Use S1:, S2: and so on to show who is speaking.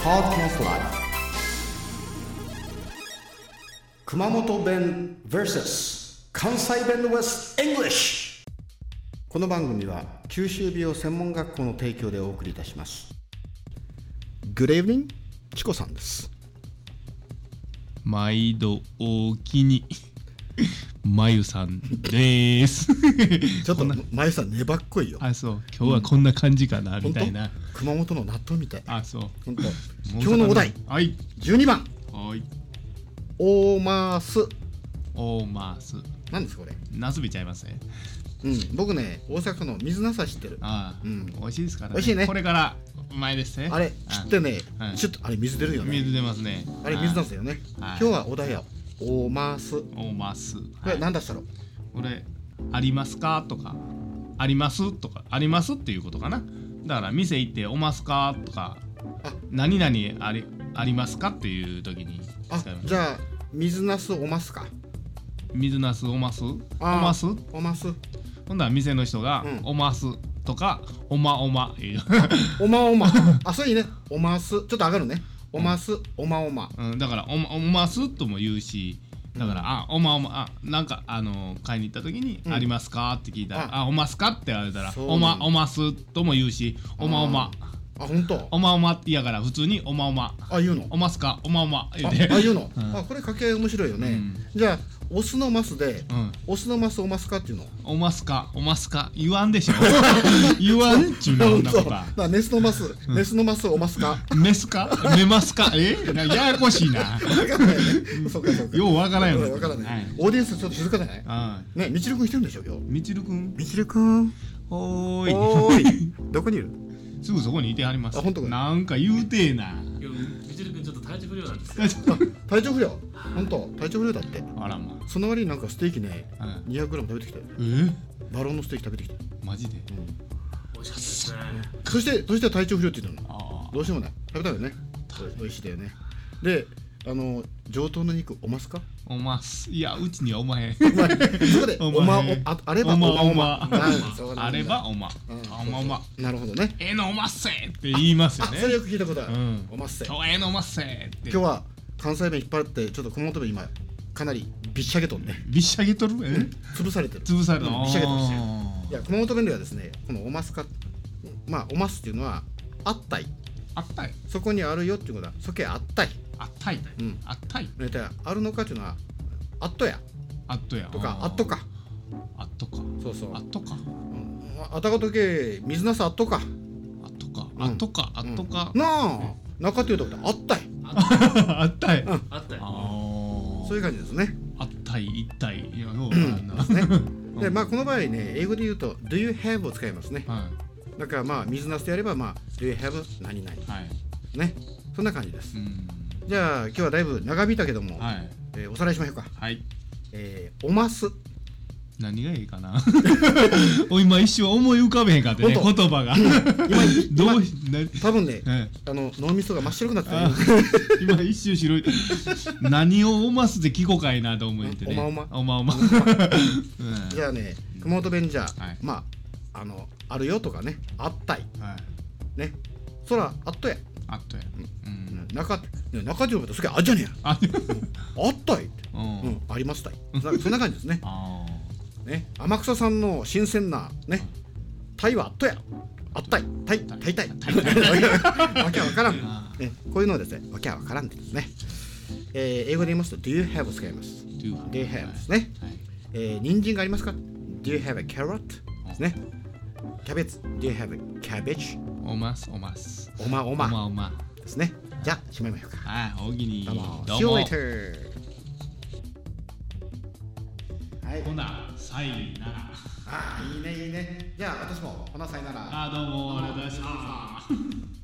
S1: Podcast Live 熊本弁 vs 関西弁 vs English この番組は九州美容専門学校の提供でお送りいたします Good evening チコさんです
S2: 毎度お気に まゆさんで ーす
S1: ちょっと前さん粘っこいよ
S2: あそう今日はこんな感じかな、み
S1: 本当
S2: たいな
S1: 熊本の納豆みたい
S2: あそう
S1: 本当今日のお題
S2: はい
S1: 12番
S2: はい
S1: オーマース
S2: おーまーす
S1: なんですこれ
S2: なすびちゃいますね
S1: うん僕ね大阪の水なさ知ってる
S2: ああ、
S1: うん
S2: 美味しいですからね
S1: 美味しいね
S2: これからうまいですね
S1: あれ
S2: あ
S1: 切ってね
S2: はい
S1: ちょっとあれ水出るよね
S2: 水出ますね
S1: あれ水なん
S2: な
S1: ですよね。今
S2: はい
S1: 日はお題やおまーす。こ
S2: おーまーす
S1: れ
S2: はい
S1: 何だしたろう。
S2: これありますかとかありますとかありますっていうことかなだから店行っておますかとか
S1: あ
S2: 何々ありありますかっていう時に
S1: あ
S2: 使いま、す
S1: じゃあ水なすおますか。
S2: 水なすおますお
S1: あー
S2: ます
S1: おます。
S2: ほんなら店の人が
S1: うん
S2: 「おます」とか「おまおま」 いう
S1: おま おま。あ、そういいね。おます。ちょっと上がるね。おます。おまおま。
S2: うんだからおま「おます」とも言うしだから「あおまおま」あなんかあのー買いに行った時に
S1: うん
S2: ありますか?」って聞いたら「
S1: あ
S2: あおますか?」って言われたら「
S1: そう
S2: おまおます」とも言うし「おまおま」
S1: あ、本当。
S2: おまおまって嫌から普通に「おまおま」
S1: あ、言うの
S2: 「お。ますか?」「おまおま」
S1: あ、
S2: 言
S1: あ
S2: うて
S1: 言うの。
S2: うん
S1: あ、これ掛け合い面白いよ
S2: う
S1: ね
S2: ん。
S1: じゃあオスのマスで
S2: う。ん
S1: オスのマスおますかっていうの。
S2: おますかおますか言わんでしょ 言わんっちゅうのこんなこ
S1: そ
S2: と
S1: だ
S2: は
S1: からメスのマス。メスのマスおます か。
S2: メスかメマスかえなややこしいな
S1: わかんないね。そうかそうか。
S2: ようわからんよね
S1: わからな
S2: はいい。
S1: オーディエンスちょっと静かじゃない。
S2: あ
S1: ね、みちるくん一人でしょ今日。
S2: みちるくん
S1: みちるくん。
S2: お
S1: お
S2: ーい
S1: ーい。 どこにいる？
S2: すぐそこにいてはります
S1: あほんとか
S2: なんか言うてえない
S3: や、みちるくんちょっと体調不良なんですよ。
S1: あ体調不良。本当体調不良だって。
S2: あらま
S1: その割になんかステーキね、
S2: あ、うん、
S1: 200g 食べてきて。
S2: え
S1: バロンのステーキ食べてきて。
S2: マジで
S3: 美味しかったですね。
S1: そしてそして体調不良って言ってたの。
S2: あ
S1: どうしようもない。食べたいよね。美味しいだよね。で、あの上等の肉お ますか？
S2: あおますいやうちにはおまへん
S1: お前そこで
S2: お
S1: おまお
S2: 前
S1: ああれば
S2: おま
S1: お
S2: お
S1: ま
S2: ま
S1: はいそうなんだ
S2: あればおま
S1: うん
S2: あおまおま
S1: なるほどね。
S2: ええのおまっせって言いますよ
S1: あ、
S2: ね
S1: それよく聞いたことある
S2: うん。
S1: おますせ。今
S2: 今日はええのおまっせって
S1: 日は関西弁引っ張ってちょっと熊本弁今かなりびっしゃげとんね。
S2: びっしゃげとるえ
S1: 潰されてる。
S2: 潰された
S1: うんびっしゃげとんしてる。
S2: あ
S1: い
S2: ー
S1: や熊本弁ではですねこのおますかまあおますっていうのはあったい
S2: あったい
S1: そこにあるよっていうことはそけあったい
S2: あったい
S1: うん
S2: あったい
S1: 大体あるのかっていうのはあっとや
S2: あっとや
S1: とか
S2: ー
S1: あっとか
S2: あっとか
S1: そうそう
S2: あ
S1: あ,、
S2: っとか
S1: うん、あたかとけ水なさあっとか
S2: あっとか
S1: うん
S2: あっとかあっとか
S1: なあ中っていうとこであったい
S2: あったいあ
S3: あったよ。
S1: そ
S2: ー
S1: ういう感じですね
S2: あったい一体いやようあんな
S1: ねでまあこの場合ね英語で言うと「Do you have」を使います ね
S2: は
S1: だからまあ水なすでやればまあ「Do you have 何々
S2: いはい」
S1: ねそんな感じです
S2: うん
S1: じゃあ今日はだいぶ長引いたけども、
S2: はい
S1: えーおさらいしましょうか、
S2: はい
S1: えーおます
S2: 何がいい かなお今一瞬思い浮かべへんかってね
S1: ほんと
S2: 言葉が
S1: 今
S2: どうし何
S1: 多分ね、
S2: ええ
S1: あの脳みそが真っ白くなってる
S2: あー 今一瞬白い何をおますで聞こかいなと思ってね
S1: おまお
S2: おまおまうん
S1: じゃあね、熊本弁じゃ、
S2: はい
S1: まあ、あの、あるよとかね、あったい、
S2: はい
S1: ね。そら、あっとや、
S2: あっとやうん
S1: なか、ね、中条部とすげえ、あじゃね
S2: あ
S1: え、あったいって、
S2: う
S1: うんん、ありましたい。なそんな感じですね。
S2: あー
S1: ね、天草さんの新鮮な、ね、タイはあっとや、あったい、タイ、タイタイ。 わけわからん。ね、こういうのをですね、わけわからんってですね。えー英語で言いますと、do you have を使います。
S2: Do you have-
S1: do you have ですね。
S2: はい
S1: えー、人参がありますか ?Do you have a carrot? ですね。キャベツ Do you have a cabbage?
S2: おますおます
S1: おまお
S2: お
S1: ま
S2: まおま
S1: ですね。じゃあ、しまいましょうか。
S2: はい、大喜利。
S1: どうも。
S2: ど
S1: See
S2: う
S1: you
S2: も。
S1: later! はい。
S2: ほな、さいなら。
S1: ああ、いいね、いいね。じゃあ、私も、ほなさいなら。
S2: あ、どうも、ありがとうございました。